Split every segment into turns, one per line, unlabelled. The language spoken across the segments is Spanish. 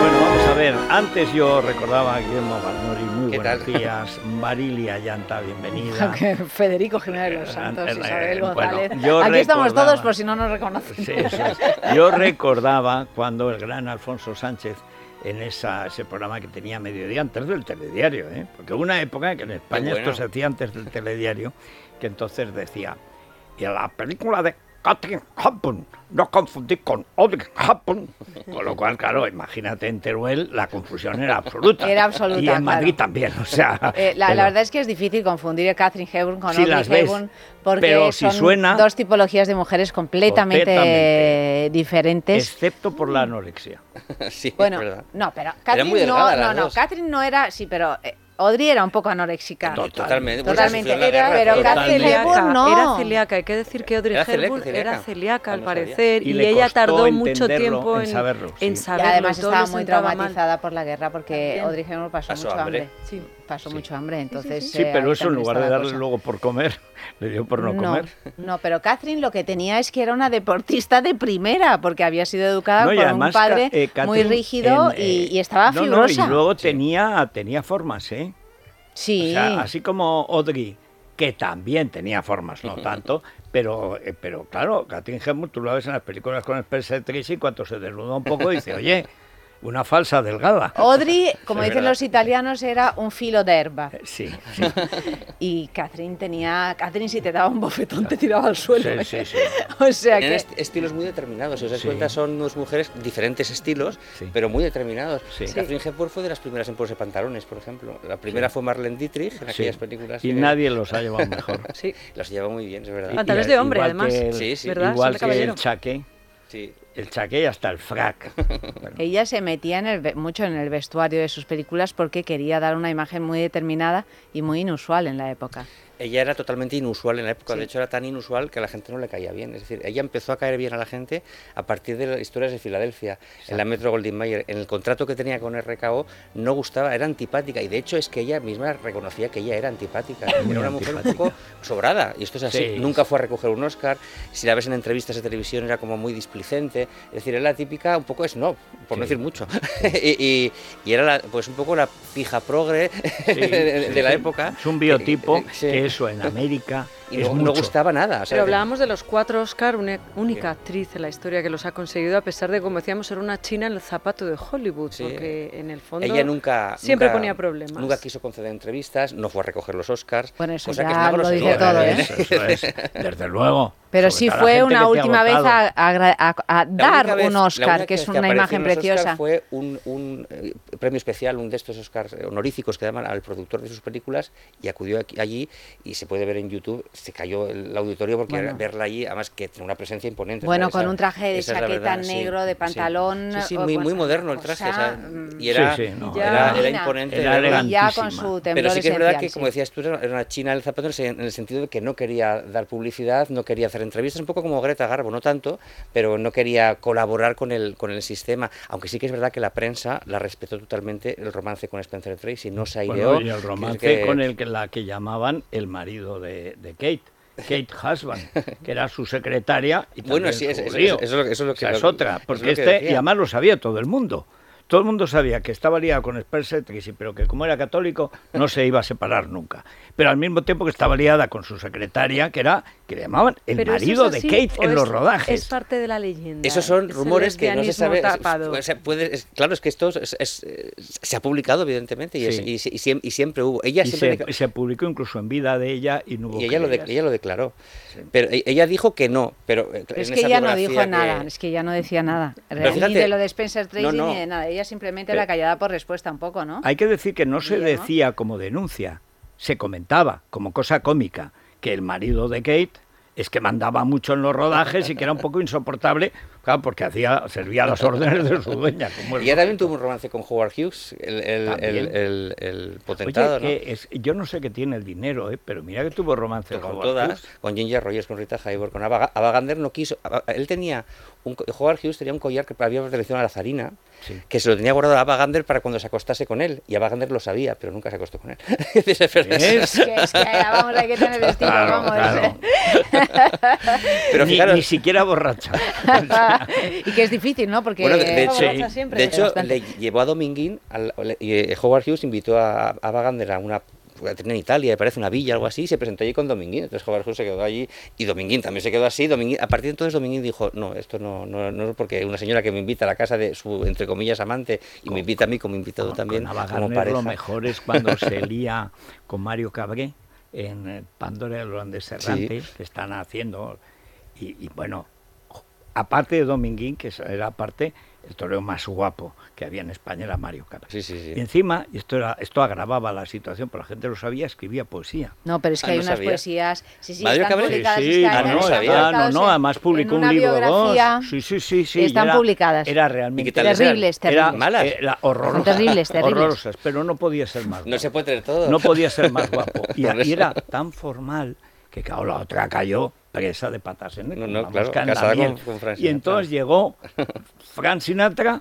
Bueno, vamos a ver. Antes yo recordaba a Guillermo Balmori, muy
¿Qué
buenos
tal?
días. Marilia Llanta, bienvenida.
Que Federico Jiménez de los Santos,
Eh,
Isabel
bueno,
González.
yo
Aquí estamos
recordaba-
todos por si no nos
Sí,
reconocen.
sí, sí. Yo recordaba cuando el gran Alfonso Sánchez en esa, ese programa que tenía a mediodía antes del telediario, ¿eh? porque hubo una época que en España
bueno.
esto se hacía antes del telediario, que entonces decía, y la película de Katrin Hampton, no confundir con Audrey Hepburn", con lo cual, claro, imagínate en Teruel la confusión era absoluta.
Era absoluta,
Y en
claro.
Madrid también, o sea...
Eh, la, la
pero-
verdad es que es difícil confundir a Catherine Hepburn con
Sí, las
Audrey
ves,
Hepburn porque
pero si
son
suena-
dos tipologías de mujeres completamente,
Completamente.
diferentes.
Excepto por la anorexia.
sí,
bueno,
es verdad.
no, pero
Eran muy
Catherine no,
delgadas las
no, no,
dos.
Catherine no era, sí, pero eh, Audrey era un poco anoréxica.
Total.
Totalmente. bueno,
Totalmente.
sufrió la
Era-
guerra,
pero
total.
Catherine
Totalmente.
Hepburn no.
Era celíaca, hay que decir que Audrey
Era celíaca,
Hepburn era
celíaca.
celíaca al
No lo sabía.
parecer
Y
y,
le
ella
costó
tardó mucho
entenderlo,
tiempo
en
en,
saberlo, sí.
en
Y
Y
saberlo,
además
todo
estaba
le
muy
sentaba mal.
traumatizada por la guerra porque
También.
Audrey Hepburn pasó,
Pasó
mucho hambre.
hambre.
Sí.
Pasó mucho hambre, entonces.
Sí,
eh, ahí
pero eso en
también
lugar de
está la
darle
cosa.
luego por comer, le dio por no, comer.
no, pero Catherine lo que tenía es que era una deportista de primera, porque había sido educada
y
por
además,
un padre
Ca- eh,
muy
Catherine,
rígido
en, eh,
y, y estaba
no, no,
fibrosa.
y luego tenía, tenía formas, ¿eh?
sí,
O sea, así como Audrey, que también tenía formas, no tanto, pero, eh, pero claro, Catherine Hepburn, tú lo ves en las películas con Spencer Tracy, cuando se desnuda un poco dice, oye, una falsa delgada.
Audrey, como
Es
dicen
verdad.
los italianos, era un filo de herba.
Sí, sí,
Y Catherine tenía. Catherine, si te daba un bofetón, te tiraba al suelo.
sí,
¿eh?
sí, sí.
O sea
Tienen
que.
est- estilos muy determinados, si os dais
Sí.
cuenta, son dos mujeres, diferentes estilos,
Sí.
pero muy determinados.
Sí.
Catherine Hepburn fue de las primeras en ponerse pantalones, por ejemplo. La primera fue Marlene Dietrich en aquellas
Sí.
películas.
Y
que
nadie los ha llevado mejor.
Sí.
Los lleva muy bien, es verdad.
Pantalones
Y-
de hombre,
igual que
además.
el-
Sí, sí.
¿Verdad? Son
Igual
de
que el
caballero.
chaque,
Sí.
el chaque y hasta el frac. Bueno.
Ella se metía en el ve- mucho en el vestuario de sus películas porque quería dar una imagen muy determinada y muy inusual en la época.
Ella era totalmente inusual en la época, de
Sí.
hecho era tan inusual que a la gente no le caía bien. Es decir, ella empezó a caer bien a la gente a partir de las historias de Filadelfia, en la Metro Goldwyn Mayer. En el contrato que tenía con RKO no gustaba, era antipática y de hecho es que ella misma reconocía que ella era antipática.
Muy
Era una mujer un poco sobrada y esto es así.
Sí,
Nunca fue a recoger un Oscar, si la ves en entrevistas de televisión era como muy displicente. Es decir, era la típica un poco snob, por no
Sí.
decir mucho. y, y- y era la- pues un poco la pija progre
Sí,
de,
sí,
de la
sí.
época.
Es un biotipo
Eh, Sí.
que eso en América
Y
es
luego
mucho.
no gustaba nada. o sea,
Pero hablábamos de los cuatro Oscar, una única actriz en la historia que los ha conseguido, a pesar de, como decíamos, ser una china en el zapato de Hollywood,
Sí.
porque en el fondo
Ella nunca.
siempre
nunca-
ponía problemas.
Nunca quiso conceder entrevistas, no fue a recoger los Oscars.
Bueno, eso
cosa
ya
que es una
lo
grosería,
dice todo,
¿eh?
¿eh?
Eso, eso es, desde luego.
Pero
Sobre
sí
todo la
fue
gente que te
una
ha
última vez
votado.
a, a- a- a
La única
dar
vez-
un
la
Oscar,
única
que es
vez
una
apareció
imagen
en los Oscar
preciosa.
Fue un, un, eh, premio especial, un de estos Oscars eh, honoríficos que daban al productor de sus películas y acudió aquí- allí y se puede ver en YouTube. Se cayó el auditorio porque
Bueno.
verla allí, además que tiene una presencia imponente.
Bueno,
¿sabes?
con
Esa-
un traje de
esa es la
chaqueta
verdad, sí,
negro, de
sí.
pantalón,
Sí, sí,
o
muy,
con-
muy moderno el traje. o sea,
cosa, mm,
y era,
Sí, sí, no,
era,
era-
era imponente.
Era
de verdad.
y ya con
elegantísima.
su temblor
Pero sí que es verdad
esencial,
que,
sí.
como decías tú, era una china en el zapato en el sen- en el sentido de que no quería dar publicidad, no quería hacer entrevistas, un poco como Greta Garbo, no tanto, pero no quería colaborar con el, con el sistema. Aunque sí que es verdad que la prensa la respetó totalmente el romance con Spencer Tracy, no se
Bueno,
aireó.
y el
que-
romance
que-
con el que, la que llamaban el marido de, de Kate. Kate Husband, que era su secretaria y
Bueno,
también
sí,
su
es- es-
lío.
eso es lo que- eso es lo
O sea,
que-
es otra,
es lo
porque
que
este,
decía.
y además lo sabía todo el mundo. Todo el mundo sabía que estaba liado con Spencer Tracy, pero que como era católico no se iba a separar nunca. Pero al mismo tiempo que estaba liada con su secretaria, que era, que le llamaban el
Pero eso
marido
es así,
de Kate
o
en
es-
los rodajes.
Es parte de la leyenda.
Esos son
es el
rumores que no se
lesbianismo
sabe. es-
tapado.
o sea, puede- es- claro, es que esto es- es- eh, se ha publicado, evidentemente, y, es-
Sí.
y se- y siem- y siempre hubo. Ella
y
siempre
se, se publicó incluso en vida de ella y no hubo
Y ella lo, de-
querellas.
ella lo declaró. Pero e- ella dijo que no, pero... eh,
Pero es
en
que
esa
ella no dijo
biografía que-
nada, es que ella no decía nada.
Pero
ni
fíjate-
de lo de Spencer Tracy
No, no.
ni de nada. Ella simplemente
Pero-
era callada por respuesta un poco, ¿no?
Hay que decir que no se
Ella, ¿no?
decía como denuncia, se comentaba como cosa cómica que el marido de Kate es que mandaba mucho en los rodajes y que era un poco insoportable Claro, porque hacía, servía las órdenes de su dueña. como es
Y ella también
lógico.
tuvo un romance con Howard Hughes, el, el-
También.
el- el- el
Oye,
potentado, ¿no?
que es- yo no sé qué tiene el dinero, ¿eh? pero mira que tuvo romance
con
Howard
todas,
Hughes.
con Ginger Rogers, con Rita Hayworth, con Ava, Ava Gardner no quiso. Ava- él tenía, un, co- Howard Hughes tenía un collar que había pertenecido a la zarina,
Sí.
que se lo tenía guardado a Ava Gardner para cuando se acostase con él, y Ava Gardner lo sabía, pero nunca se acostó con él. Es verdad.
¿Ves?
Que, es que, eh, vamos, hay que tener destino,
Claro,
vamos.
claro.
¿eh? pero
ni,
fijaros,
ni siquiera borracha.
y que es difícil, ¿no? Porque
Bueno, de, de
eh,
hecho,
borracha
sí.
siempre,
de
pero
hecho,
bastante.
le llevó a Dominguín, al- le- y, eh, Howard Hughes invitó a, a Vagander a una a tener en Italia, me parece una villa, algo así, y se presentó allí con Dominguín. Entonces Howard Hughes se quedó allí y Dominguín también se quedó así. Dominguín, a partir de entonces Dominguín dijo, no, esto no, no, no es porque una señora que me invita a la casa de su, entre comillas, amante, y me invita a mí como invitado
Con-
también,
con Ava
como
Gardner
pareja.
Lo mejor es cuando se lía con Mario Cabré en eh, Pandora de los Andes Errantes, que están haciendo. Y, y bueno, jo- aparte de Dominguín, que esa era aparte el toreo más guapo que había en España, era Mario Cabré.
Sí, sí, sí.
Y encima, y esto, era, esto agravaba la situación, pero la gente lo sabía, escribía poesía.
No, pero es que
Ah,
hay
no
unas
sabía.
poesías. Sí, sí,
Mario
están
Cabrera.
publicadas. este
Sí,
están-
ah, no,
están
no sabía.
ah, no,
publicadas
no,
en-
además publicó
en
un
una
libro o dos.
biografía.
Sí, sí, sí, sí.
Están
era-
publicadas.
Era realmente
¿Y qué tal eran?
Terribles, terribles.
Era,
¿Malas?
era horrorosas,
terribles, terribles.
horrorosas, pero no podía ser más.
No se
guapo.
puede tener todo.
No podía ser más guapo. Y,
Por
y
eso.
era tan formal que, claro, la otra cayó presa de patas en el
No,
con
no,
la
claro,
mosca en la
casada
miel.
con- con Frank
Y
Sinatra.
entonces llegó Frank Sinatra,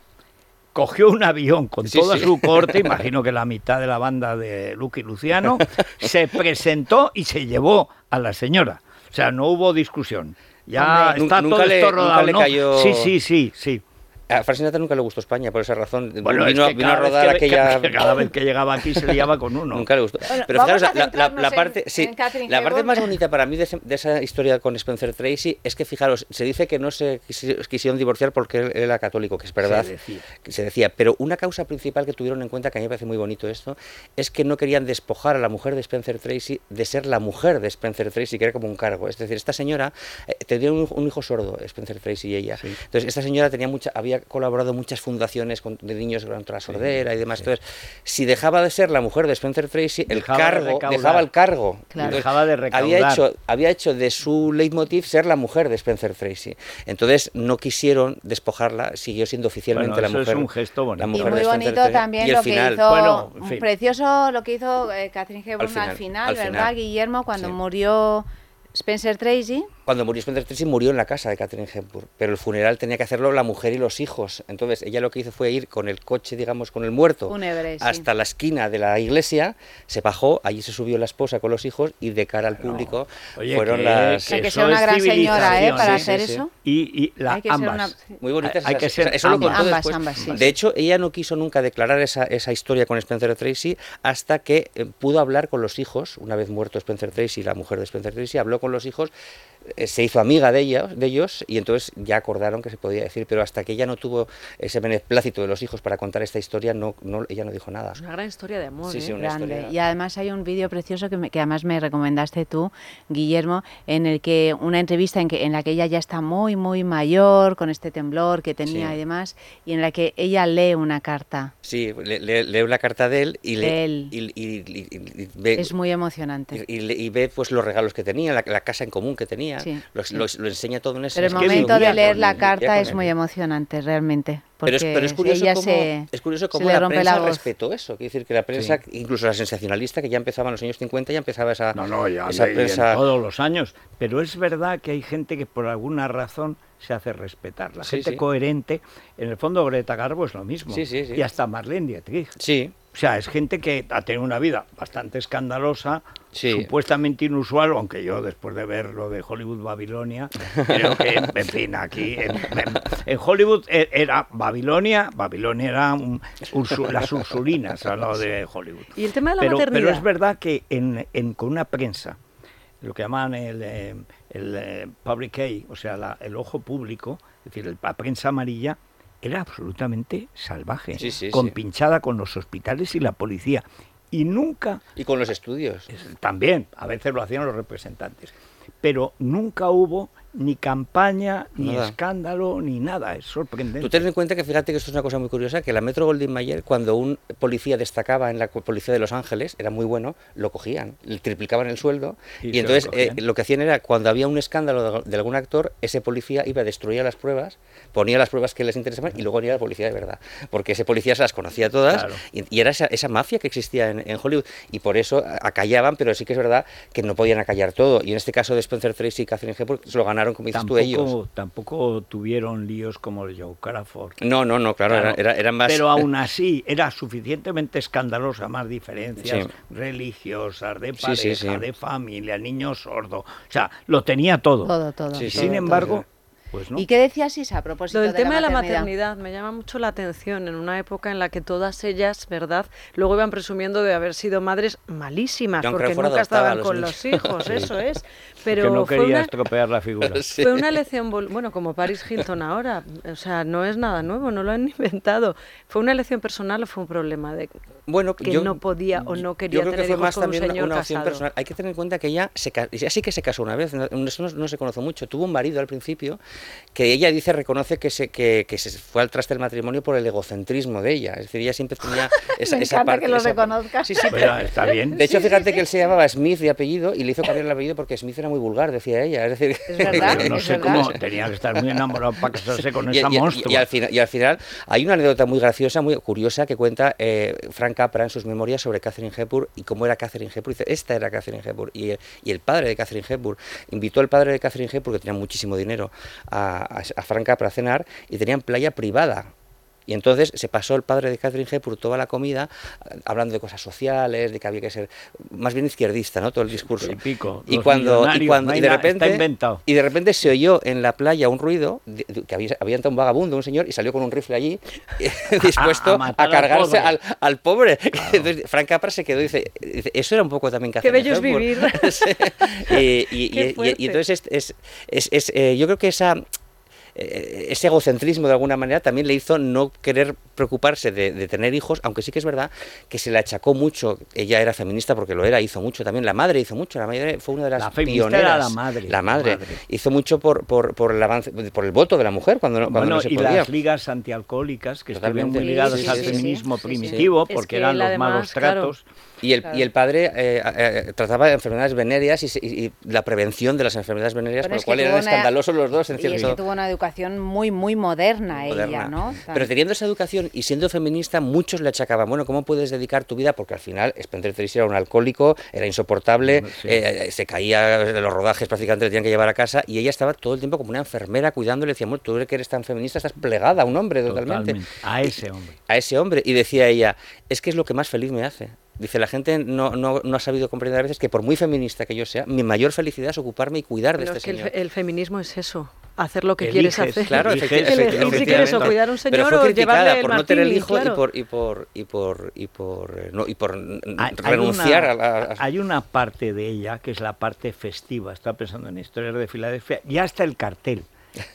cogió un avión con
Sí,
toda
sí.
su corte, imagino que la mitad de la banda de Lucky Luciano, se presentó y se llevó a la señora. O sea, no hubo discusión. Ya
Hombre,
está
nunca
todo
le-
esto
nunca
rodado,
le
¿no?
cayó-
Sí, sí, sí, sí.
A Frank Sinatra nunca le gustó España, por esa razón.
Bueno,
vino
es
a-
que
vino a
cada vez
rodar
que-
aquella...
que cada vez que llegaba aquí se liaba con uno.
Nunca le gustó.
Bueno,
Pero
vamos
fijaros,
a
la- la, la- la
centrarnos
parte,
en-
sí,
en Catherine
la parte
Hepburn.
más bonita para mí de, ese- de esa historia con Spencer Tracy es que, fijaros, se dice que no se quisi- quisieron divorciar porque él era católico, que es verdad.
decía.
que se decía. Pero una causa principal que tuvieron en cuenta, que a mí me parece muy bonito esto, es que no querían despojar a la mujer de Spencer Tracy de ser la mujer de Spencer Tracy, que era como un cargo. Es decir, esta señora eh, tenía un, un hijo sordo, Spencer Tracy y ella.
Sí.
Entonces, esta señora tenía mucha, había colaborado en muchas fundaciones con- de niños contra la sordera y demás. Entonces, si dejaba de ser la mujer de Spencer Tracy, el
Dejaba de
cargo,
recaudar.
dejaba el cargo.
Claro.
Entonces,
Dejaba de
Había
recaudar.
hecho, había hecho de su leitmotiv ser la mujer de Spencer Tracy. Entonces no quisieron despojarla, siguió siendo oficialmente
Bueno,
la
eso es
mujer.
un gesto bonito.
la
Y
mujer de
muy
Spencer
bonito
Tracy.
también
Y el
lo
final.
que hizo,
Bueno, en fin.
precioso lo que hizo eh, Catherine Hepburn al final,
final, al
¿verdad,
final.
Guillermo? Cuando
Sí.
murió Spencer Tracy.
Cuando murió Spencer Tracy murió en la casa de Catherine Hepburn, pero el funeral tenía que hacerlo la mujer y los hijos. Entonces ella lo que hizo fue ir con el coche, digamos, con el muerto
Fúnebre, sí.
hasta la esquina de la iglesia, se bajó, allí se subió la esposa con los hijos y de cara al público
Oye,
fueron
que-
las...
que
Hay que
eso
ser una
es
gran señora, ¿eh?
civilización,
Para
sí,
hacer
sí, sí.
eso.
Y, y la-
Hay que ser una-
ambas.
Muy bonitas.
Hay
esas-
que ser
esas- eso lo
ambas.
contó
Ambas,
después.
ambas, sí.
De hecho, ella no quiso nunca declarar esa, esa historia con Spencer Tracy hasta que eh, pudo hablar con los hijos, una vez muerto Spencer Tracy, la mujer de Spencer Tracy, habló con los hijos, eh, se hizo amiga de ellos, de ellos y entonces ya acordaron que se podía decir, pero hasta que ella no tuvo ese beneplácito de los hijos para contar esta historia, no, no, ella no dijo nada.
Es una gran historia de amor.
Sí,
¿eh?
sí, una
Grande.
historia.
Y además hay un vídeo precioso que, me- que además me recomendaste tú, Guillermo, en el que una entrevista en, que, en la que ella ya está muy, muy mayor, con este temblor que tenía
Sí.
y demás, y en la que ella lee una carta.
Sí, le- le- leo la carta de él y
De
le...
él.
y- y- y- y- y ve-
Es muy emocionante.
y, y le- y ve pues los regalos que tenía, la, la casa en común que tenía,
Sí,
los-
sí.
los- lo enseña todo en ese
Pero el
Pues es que
momento
vivía
de leer
con
la
él, vivía con
carta es
él.
muy emocionante, realmente.
Pero es,
porque
pero es curioso
ella
cómo,
se-
es curioso
se
cómo
le
la
rompe
prensa
la voz.
respetó eso. Quiere decir que la prensa, incluso la sensacionalista, que ya empezaba en los años 50, ya empezaba esa,
No, no, ya
esa
leí en
prensa.
todos los años. Pero es verdad que hay gente que por alguna razón se hace respetar. La
Sí,
gente
sí.
coherente, en el fondo Greta Garbo es lo mismo.
Sí, sí, sí.
Y hasta Marlene Dietrich.
Sí,
O sea, es gente que ha tenido una vida bastante escandalosa,
Sí.
supuestamente inusual, aunque yo después de ver lo de Hollywood Babilonia, creo que, en fin, aquí en, en- en Hollywood e- era Babilonia, Babilonia era un- Ursu- las Ursurinas al lado de Hollywood.
Y el tema de la
pero,
maternidad.
pero es verdad que en, en- con una prensa, lo que llaman el, eh, el, eh, public eye, o sea, la- el ojo público, es decir, el- la prensa amarilla, era absolutamente salvaje,
Sí, sí, sí.
compinchada con los hospitales y la policía. Y nunca,
y con los estudios.
es- también, a veces lo hacían los representantes, pero nunca hubo ni campaña, ni
Nada.
escándalo, ni nada. Es sorprendente.
Tú ten en cuenta que fíjate que esto es una cosa muy curiosa, que la Metro Goldwyn Mayer, cuando un policía destacaba en la co- policía de Los Ángeles, era muy bueno, lo cogían, le triplicaban el sueldo,
Y
y,
se lo
entonces eh,
cogían.
lo que hacían era, cuando había un escándalo de, de algún actor, ese policía iba, destruía las pruebas, ponía las pruebas que les interesaban y luego venía la policía de verdad, porque ese policía se las conocía todas,
Claro.
y, y era esa, esa mafia que existía en, en Hollywood, y por eso a- acallaban, pero sí que es verdad que no podían acallar todo, y en este caso de Spencer Tracy y Catherine Hepburn, se lo ganaron, como dices tú, ellos.
tampoco, tampoco tuvieron líos como el Joe Crawford.
No, no, no, claro,
Claro.
Era, era- eran más... eh,
Pero aún así era suficientemente escandalosa más diferencias
Sí.
religiosas, de
Sí,
pareja,
sí, sí.
de familia, niño sordo. O sea, lo tenía todo.
Todo, todo.
Sí,
Y
sí.
sin
todo,
embargo,
todo.
pues
todo.
no.
¿Y qué decías, Isa, a propósito
Lo del
de
tema
la
de la
maternidad?
maternidad me llama mucho la atención en una época en la que todas ellas, ¿verdad? Luego iban presumiendo de haber sido madres malísimas,
Joan
porque
Crawford
nunca
adoptaba a
estaban
los
con
niños.
los hijos,
Sí.
eso es. Pero
que no
fue
quería
una-
estropear la figura.
Sí.
Fue una lección, vol- bueno, como Paris Hilton ahora, o sea, no es nada nuevo, no lo han inventado. ¿Fue una elección personal o fue un problema de
bueno,
que
yo,
no podía o no quería
yo creo que
tener
fue
hijos
más
con un
también una-
señor
una opción
casado?
personal. Hay que tener en cuenta que ella, se, ca- ella sí que se casó una vez, no, no- eso no- no se conoce mucho. Tuvo un marido al principio que ella dice, reconoce que se, que, que se fue al traste del matrimonio por el egocentrismo de ella. Es decir, ella siempre tenía esa,
Me
esa
encanta
parte.
que lo
esa-
reconozcas.
Sí, sí,
Bueno, está bien.
De hecho, fíjate que él se llamaba Smith de apellido y le hizo cambiar el apellido porque Smith era muy vulgar, decía ella. Es decir,
Es verdad,
Pero no
es
sé
verdad.
cómo tenía que estar muy enamorado para casarse con
Y-
esa
y- y-
monstrua.
Y, al final, y al final hay una anécdota muy graciosa, muy curiosa, que cuenta eh, Frank Capra en sus memorias sobre Catherine Hepburn y cómo era Catherine Hepburn. Dice, esta era Catherine Hepburn. Y el, y el padre de Catherine Hepburn invitó al padre de Catherine Hepburn, que tenía muchísimo dinero, a, a- a Frank Capra a cenar y tenían playa privada. Y entonces se pasó el padre de Catherine Hepburn toda la comida eh, hablando de cosas sociales, de que había que ser más bien izquierdista, ¿no? Todo el discurso.
Típico,
y
los
cuando, y
millonarios,
cuando
no hay
y de
nada, está
repente
inventado.
y de repente se oyó en la playa un ruido, de- de- que había, había entrado un vagabundo, un señor, y salió con un rifle allí, eh, dispuesto a,
matar al
cargarse
pobre.
al, al pobre. Entonces, Frank Capra se quedó y dice, dice, eso era un poco también que
Qué bello es vivir.
y, y-
Qué
y- y-
fuerte.
y entonces es, es- es- es, eh, yo creo que esa... eh, Ese egocentrismo de alguna manera también le hizo no querer preocuparse de, de tener hijos, aunque sí que es verdad que se le achacó mucho. Ella era feminista porque lo era, hizo mucho también. La madre hizo mucho, la madre fue una de las
La feminista era
pioneras.
la madre,
La
la
madre.
madre.
Hizo mucho por, por, por el avance, por el voto de la mujer cuando no, cuando
Bueno,
no se
y
podía.
las ligas antialcohólicas que
Totalmente.
estuvieron muy ligadas
Sí, sí,
al
sí, sí.
feminismo
Sí, sí.
primitivo,
Es que
porque
él,
eran los
además,
malos
claro,
tratos.
Y el,
Claro.
y el padre eh, eh, trataba de enfermedades venéreas y, se- y- y la prevención de las enfermedades venéreas,
Bueno,
por
es
lo
que
cual eran
tuvo una-
escandalosos los dos, en
Y es
cierto.
que tuvo una educación muy, muy moderna,
moderna.
ella, ¿no? Tan-
Pero teniendo esa educación y siendo feminista, muchos le achacaban, bueno, ¿cómo puedes dedicar tu vida? Porque al final Spencer Tracy era un alcohólico, era insoportable,
Bueno, sí.
eh, se caía de los rodajes, prácticamente le tenían que llevar a casa y ella estaba todo el tiempo como una enfermera cuidándole, le decía, bueno, tú que eres tan feminista, estás plegada a un hombre totalmente.
Totalmente. A ese hombre.
a ese hombre y decía ella, es que es lo que más feliz me hace. Dice, la gente no, no, no ha sabido comprender a veces que por muy feminista que yo sea, mi mayor felicidad es ocuparme y cuidar de este
Bueno, es que el,
señor.
fe- el feminismo es eso, hacer lo que quieres
Eliges,
hacer.
Claro,
Eliges,
efecti-
elegir si
efectivamente.
quieres o
cuidar a un señor
Pero fue
o
criticada
llevarle el
por no tener
martini,
hijo
claro.
y por y por y por y por eh, no, y por mm,
Hay- hay
renunciar
una-
a la a-
Hay una parte de ella que es la parte festiva. Está pensando en historias de Filadelfia y hasta el cartel,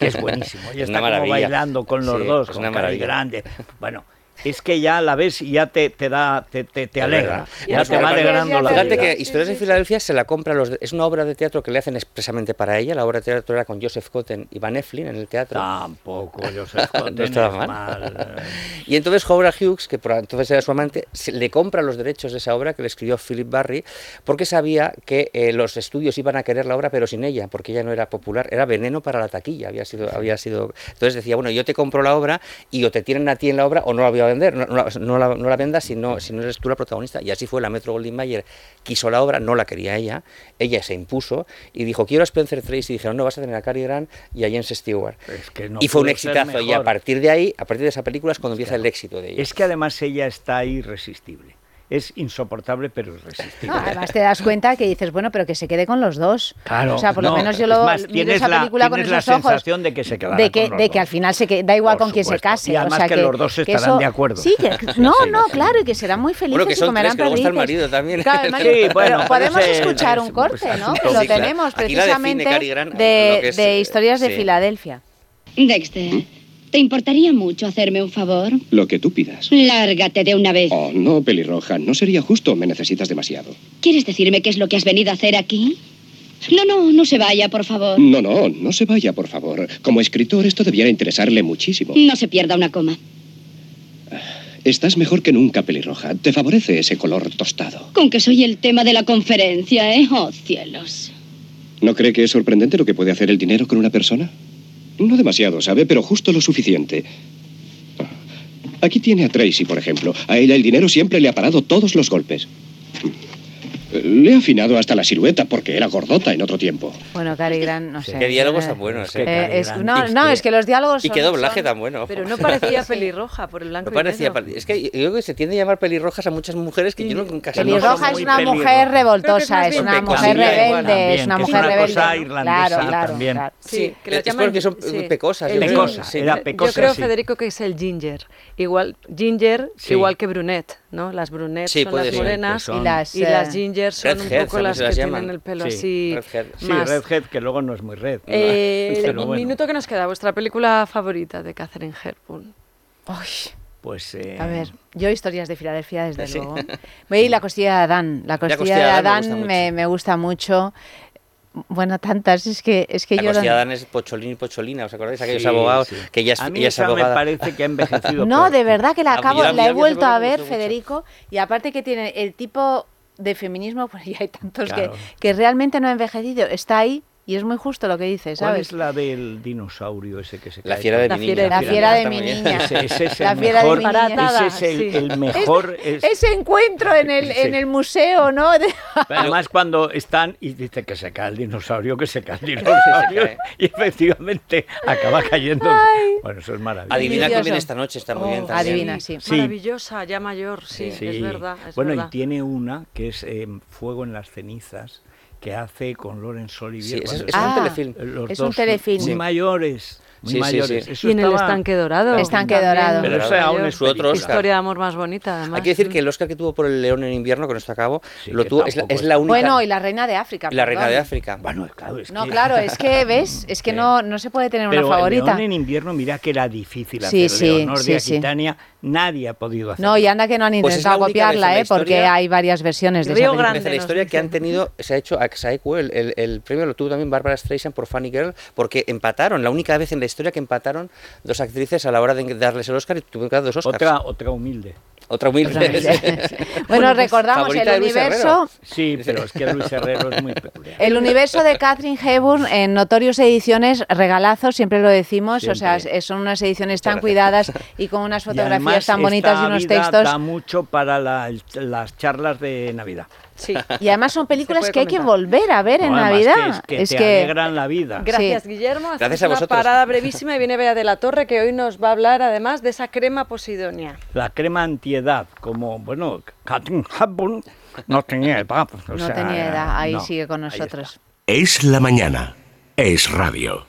que es buenísimo.
Es
Ella
una
está como
maravilla.
bailando con los
Sí,
dos,
es
con
una
Cary
maravilla.
Grande. Bueno, es que ya la ves y ya te, te da, te, te, te
Es
alegra.
verdad.
Ya
Nos
te va
compra-
alegrando la
Fíjate
vida.
que Historias de Filadelfia se la compra los de- es una obra de teatro que le hacen expresamente para ella, la obra de teatro era con Joseph Cotten y Van Eflin en el teatro.
Tampoco, yo sé,
No estaba mal. Y entonces Howard Hughes, que por entonces era su amante, se- le compra los derechos de esa obra que le escribió Philip Barry, porque sabía que eh, los estudios iban a querer la obra, pero sin ella, porque ella no era popular, era veneno para la taquilla, había sido, había sido. Entonces decía, bueno, yo te compro la obra y o te tienen a ti en la obra o no la voy a vender, no, no la- no la, no la vendas si no, si no eres tú la protagonista. Y así fue, la Metro Goldwyn Mayer quiso la obra, no la quería ella, ella se impuso y dijo, quiero a Spencer Tracy, y dijeron, no, vas a tener a Cary Grant y a James Stewart.
Es que no
y fue un
pudo ser
exitazo y a
mejor.
partir de ahí, a partir de esa película es cuando empieza el éxito de ella.
Es que además ella está irresistible. Es insoportable, pero irresistible.
No, además te das cuenta que dices, bueno, pero que se quede con los dos.
Claro,
O sea, por
no,
lo menos yo
es
lo
más,
miro
tienes
esa
la-
película con
tienes la
esos ojos.
sensación de que se quedará
De que,
con los
de
dos.
que al final se que, da igual
Por
con quién se
supuesto.
case.
Y además
o sea
que los dos estarán
eso-
de acuerdo.
que que- no,
Sí,
no,
sí.
claro, y que serán muy felices
Bueno, que son
y
tres,
comerán
que luego está el
perdices.
marido también.
Claro, además,
Sí,
pero
bueno, pero
podemos
ese-
escuchar un
ese-
corte,
ese
¿no?
asunto,
Que lo
sí, claro.
tenemos
Aquí la define
precisamente
Cary Grant, lo
de,
que es,
de
eh,
historias de
sí.
Filadelfia.
Dexter,
¿Mm?
¿te importaría mucho hacerme un favor?
Lo que tú pidas.
Lárgate de una vez.
Oh, no, pelirroja, no sería justo, me necesitas demasiado.
¿Quieres decirme qué es lo que has venido a hacer aquí? No, no, no se vaya, por favor.
No, no, no se vaya, por favor. Como escritor, esto debiera interesarle muchísimo.
No se pierda una coma.
Estás mejor que nunca, pelirroja. Te favorece ese color tostado.
Con que soy el tema de la conferencia, ¿eh? Oh, cielos.
¿No cree que es sorprendente lo que puede hacer el dinero con una persona? No demasiado, ¿sabe? Pero justo lo suficiente. Aquí tiene a Tracy, por ejemplo. A ella el dinero siempre le ha parado todos los golpes. Le ha afinado hasta la silueta porque era gordota en otro tiempo.
Bueno, Cary Grant, no sé.
Qué diálogos
eh,
tan buenos,
que-
¿eh?
eh, es-
Cary Grant,
no,
es
no,
que-
es que los diálogos
Y qué
son-
doblaje
son-
tan bueno. ojo.
Pero no parecía
Sí.
pelirroja por el blanco
No
y
parecía
negro.
pa- Es que yo creo que se tiende a llamar pelirrojas a muchas mujeres que yo no nunca sé.
Pelirroja
Pelirroja
son
es
muy
una
pelirrojas.
mujer revoltosa,
Creo
es
que es más
una
bien
mujer
pecosilla
rebelde,
igual también,
es una
que es
mujer
una
rebelde.
cosa
irlandesa
claro, claro,
también.
claro.
Sí, que la
Es
llaman-
porque son, eh, pecosas, yo
El-
creo.
Pecosa,
Sí.
era pecosa,
Yo creo,
sí.
Federico, que es el ginger. Igual, ginger,
Sí.
igual que brunette, ¿no? Las brunettes
Sí,
son
puede
las
ser.
morenas
Sí, que son-
Y las,
y las
eh,
ginger son
Red
un
hair,
poco
también
las
se
que
las
tienen
llaman.
el pelo
Sí,
así.
red hair.
Sí,
más-
Redhead, que luego no es muy red.
Eh,
Pero
un
bueno,
minuto que nos queda, vuestra película favorita de Catherine Hepburn.
uy,
Pues, eh,
a ver, yo historias de Filadelfia, desde luego. Veis la costilla de Adán. La costilla,
costilla
de
de
Adán,
Adán me gusta
me,
mucho.
me gusta mucho. Bueno, tantas, es que, es que
La
yo...
costilla
lo-
de Adán es Pocholín y Pocholina, ¿os acordáis? Aquellos
sí,
abogados
sí.
que ya es,
A mí
ella es
esa
abogada.
me parece que ha envejecido.
No,
peor.
de verdad que la
A mí
acabo,
la- a mí
la he
la vi hace
vuelto
poco
a
y me
ver,
gustó mucho.
Federico, y aparte que tiene el tipo de feminismo, pues ya hay tantos
Claro.
que, que realmente no ha envejecido, está ahí y es muy justo lo que dice,
¿Cuál
¿sabes?
es la del dinosaurio ese que se
La
cae?
fiera de
La
mi niña.
fiera de
La
Mira,
fiera de
Está
mi
muy bien.
niña.
Ese, ese es el
La fiera de
mejor,
mi niña.
Ese
Paratada,
es el,
sí.
el mejor. es-
Ese encuentro en el,
Sí.
en el museo, ¿no? De-
Además, cuando están y dice que se cae el dinosaurio, que se cae el dinosaurio,
cae.
y efectivamente acaba cayendo. Bueno, eso es maravilloso.
Adivina quién
Delicioso.
viene esta noche, está muy bien
Oh,
también.
adivina, sí.
Sí.
Maravillosa, ya mayor, sí,
Sí.
es verdad. es
bueno,
verdad.
y tiene una que es eh, Fuego en las cenizas, que hace con Laurence Olivier.
Sí, ese es,
cuando
es
están
un
Ah.
telefilm.
los
Es un
dos
telefilm.
Muy
Sí.
mayores. Muy
Sí, sí, sí.
mayores. Eso
Y en el
estaba-
estanque dorado.
Estanque
también.
dorado.
Pero
Dorado.
esa aún
Mayor.
es
Su otro
película.
Oscar.
Historia de amor más bonita, además.
Hay que decir que el Oscar que tuvo por el León en invierno, con esto acabo,
Sí,
lo
que
tuvo, es, la,
tampoco
es
es-
la única.
Bueno, y la reina de África.
la reina
perdón.
de África.
Bueno, claro, es
No,
que-
claro, es que, ¿ves? Es que
Sí.
no, no se puede tener
Pero
una favorita.
León en invierno, mira que era difícil
Sí,
hacer
sí,
Leonor
sí,
de
sí.
Aquitania, nadie ha podido hacer.
No, y anda que no han
Pues es la
intentado
única vez en
copiarla,
la
¿eh? Porque
historia-
hay varias versiones de
Río
esa
Grande.
película.
Parece la
nos
historia que han
dicen.
tenido, se ha hecho a Xaecu, el, el- el premio lo tuvo también Barbara Streisand por Funny Girl, porque empataron, la única vez en la historia que empataron dos actrices a la hora de darles el Oscar y tuvieron que dar dos Oscars.
Otra, otra humilde.
Otra humilde.
bueno,
pues,
recordamos el
favorita de Luis
universo
Herrero.
Sí, pero es que Luis Herrero es muy peculiar.
El universo de Catherine Hepburn en Notorious Ediciones, regalazos, siempre lo decimos, o sea,
Siempre.
es- son unas ediciones tan
Muchas
cuidadas y con unas
Y
fotografías
además,
tan bonitas
esta
y unos
vida
textos.
Da mucho para la- las charlas de Navidad.
Sí.
Y además son películas
puede
que hay que
comentar.
volver a ver en
No, además,
Navidad.
Que es que te alegran la vida.
Gracias,
Sí.
Guillermo. Hacemos
Gracias a
una
vosotros.
parada brevísima y viene Bea de la Torre, que hoy nos va a hablar además de esa crema posidonia.
La crema antiedad, como, bueno, Katrin Hepburn no tenía edad. pues, o
no
sea,
tenía edad, ahí
no,
sigue con
ahí
nosotros.
Es la mañana. Es radio.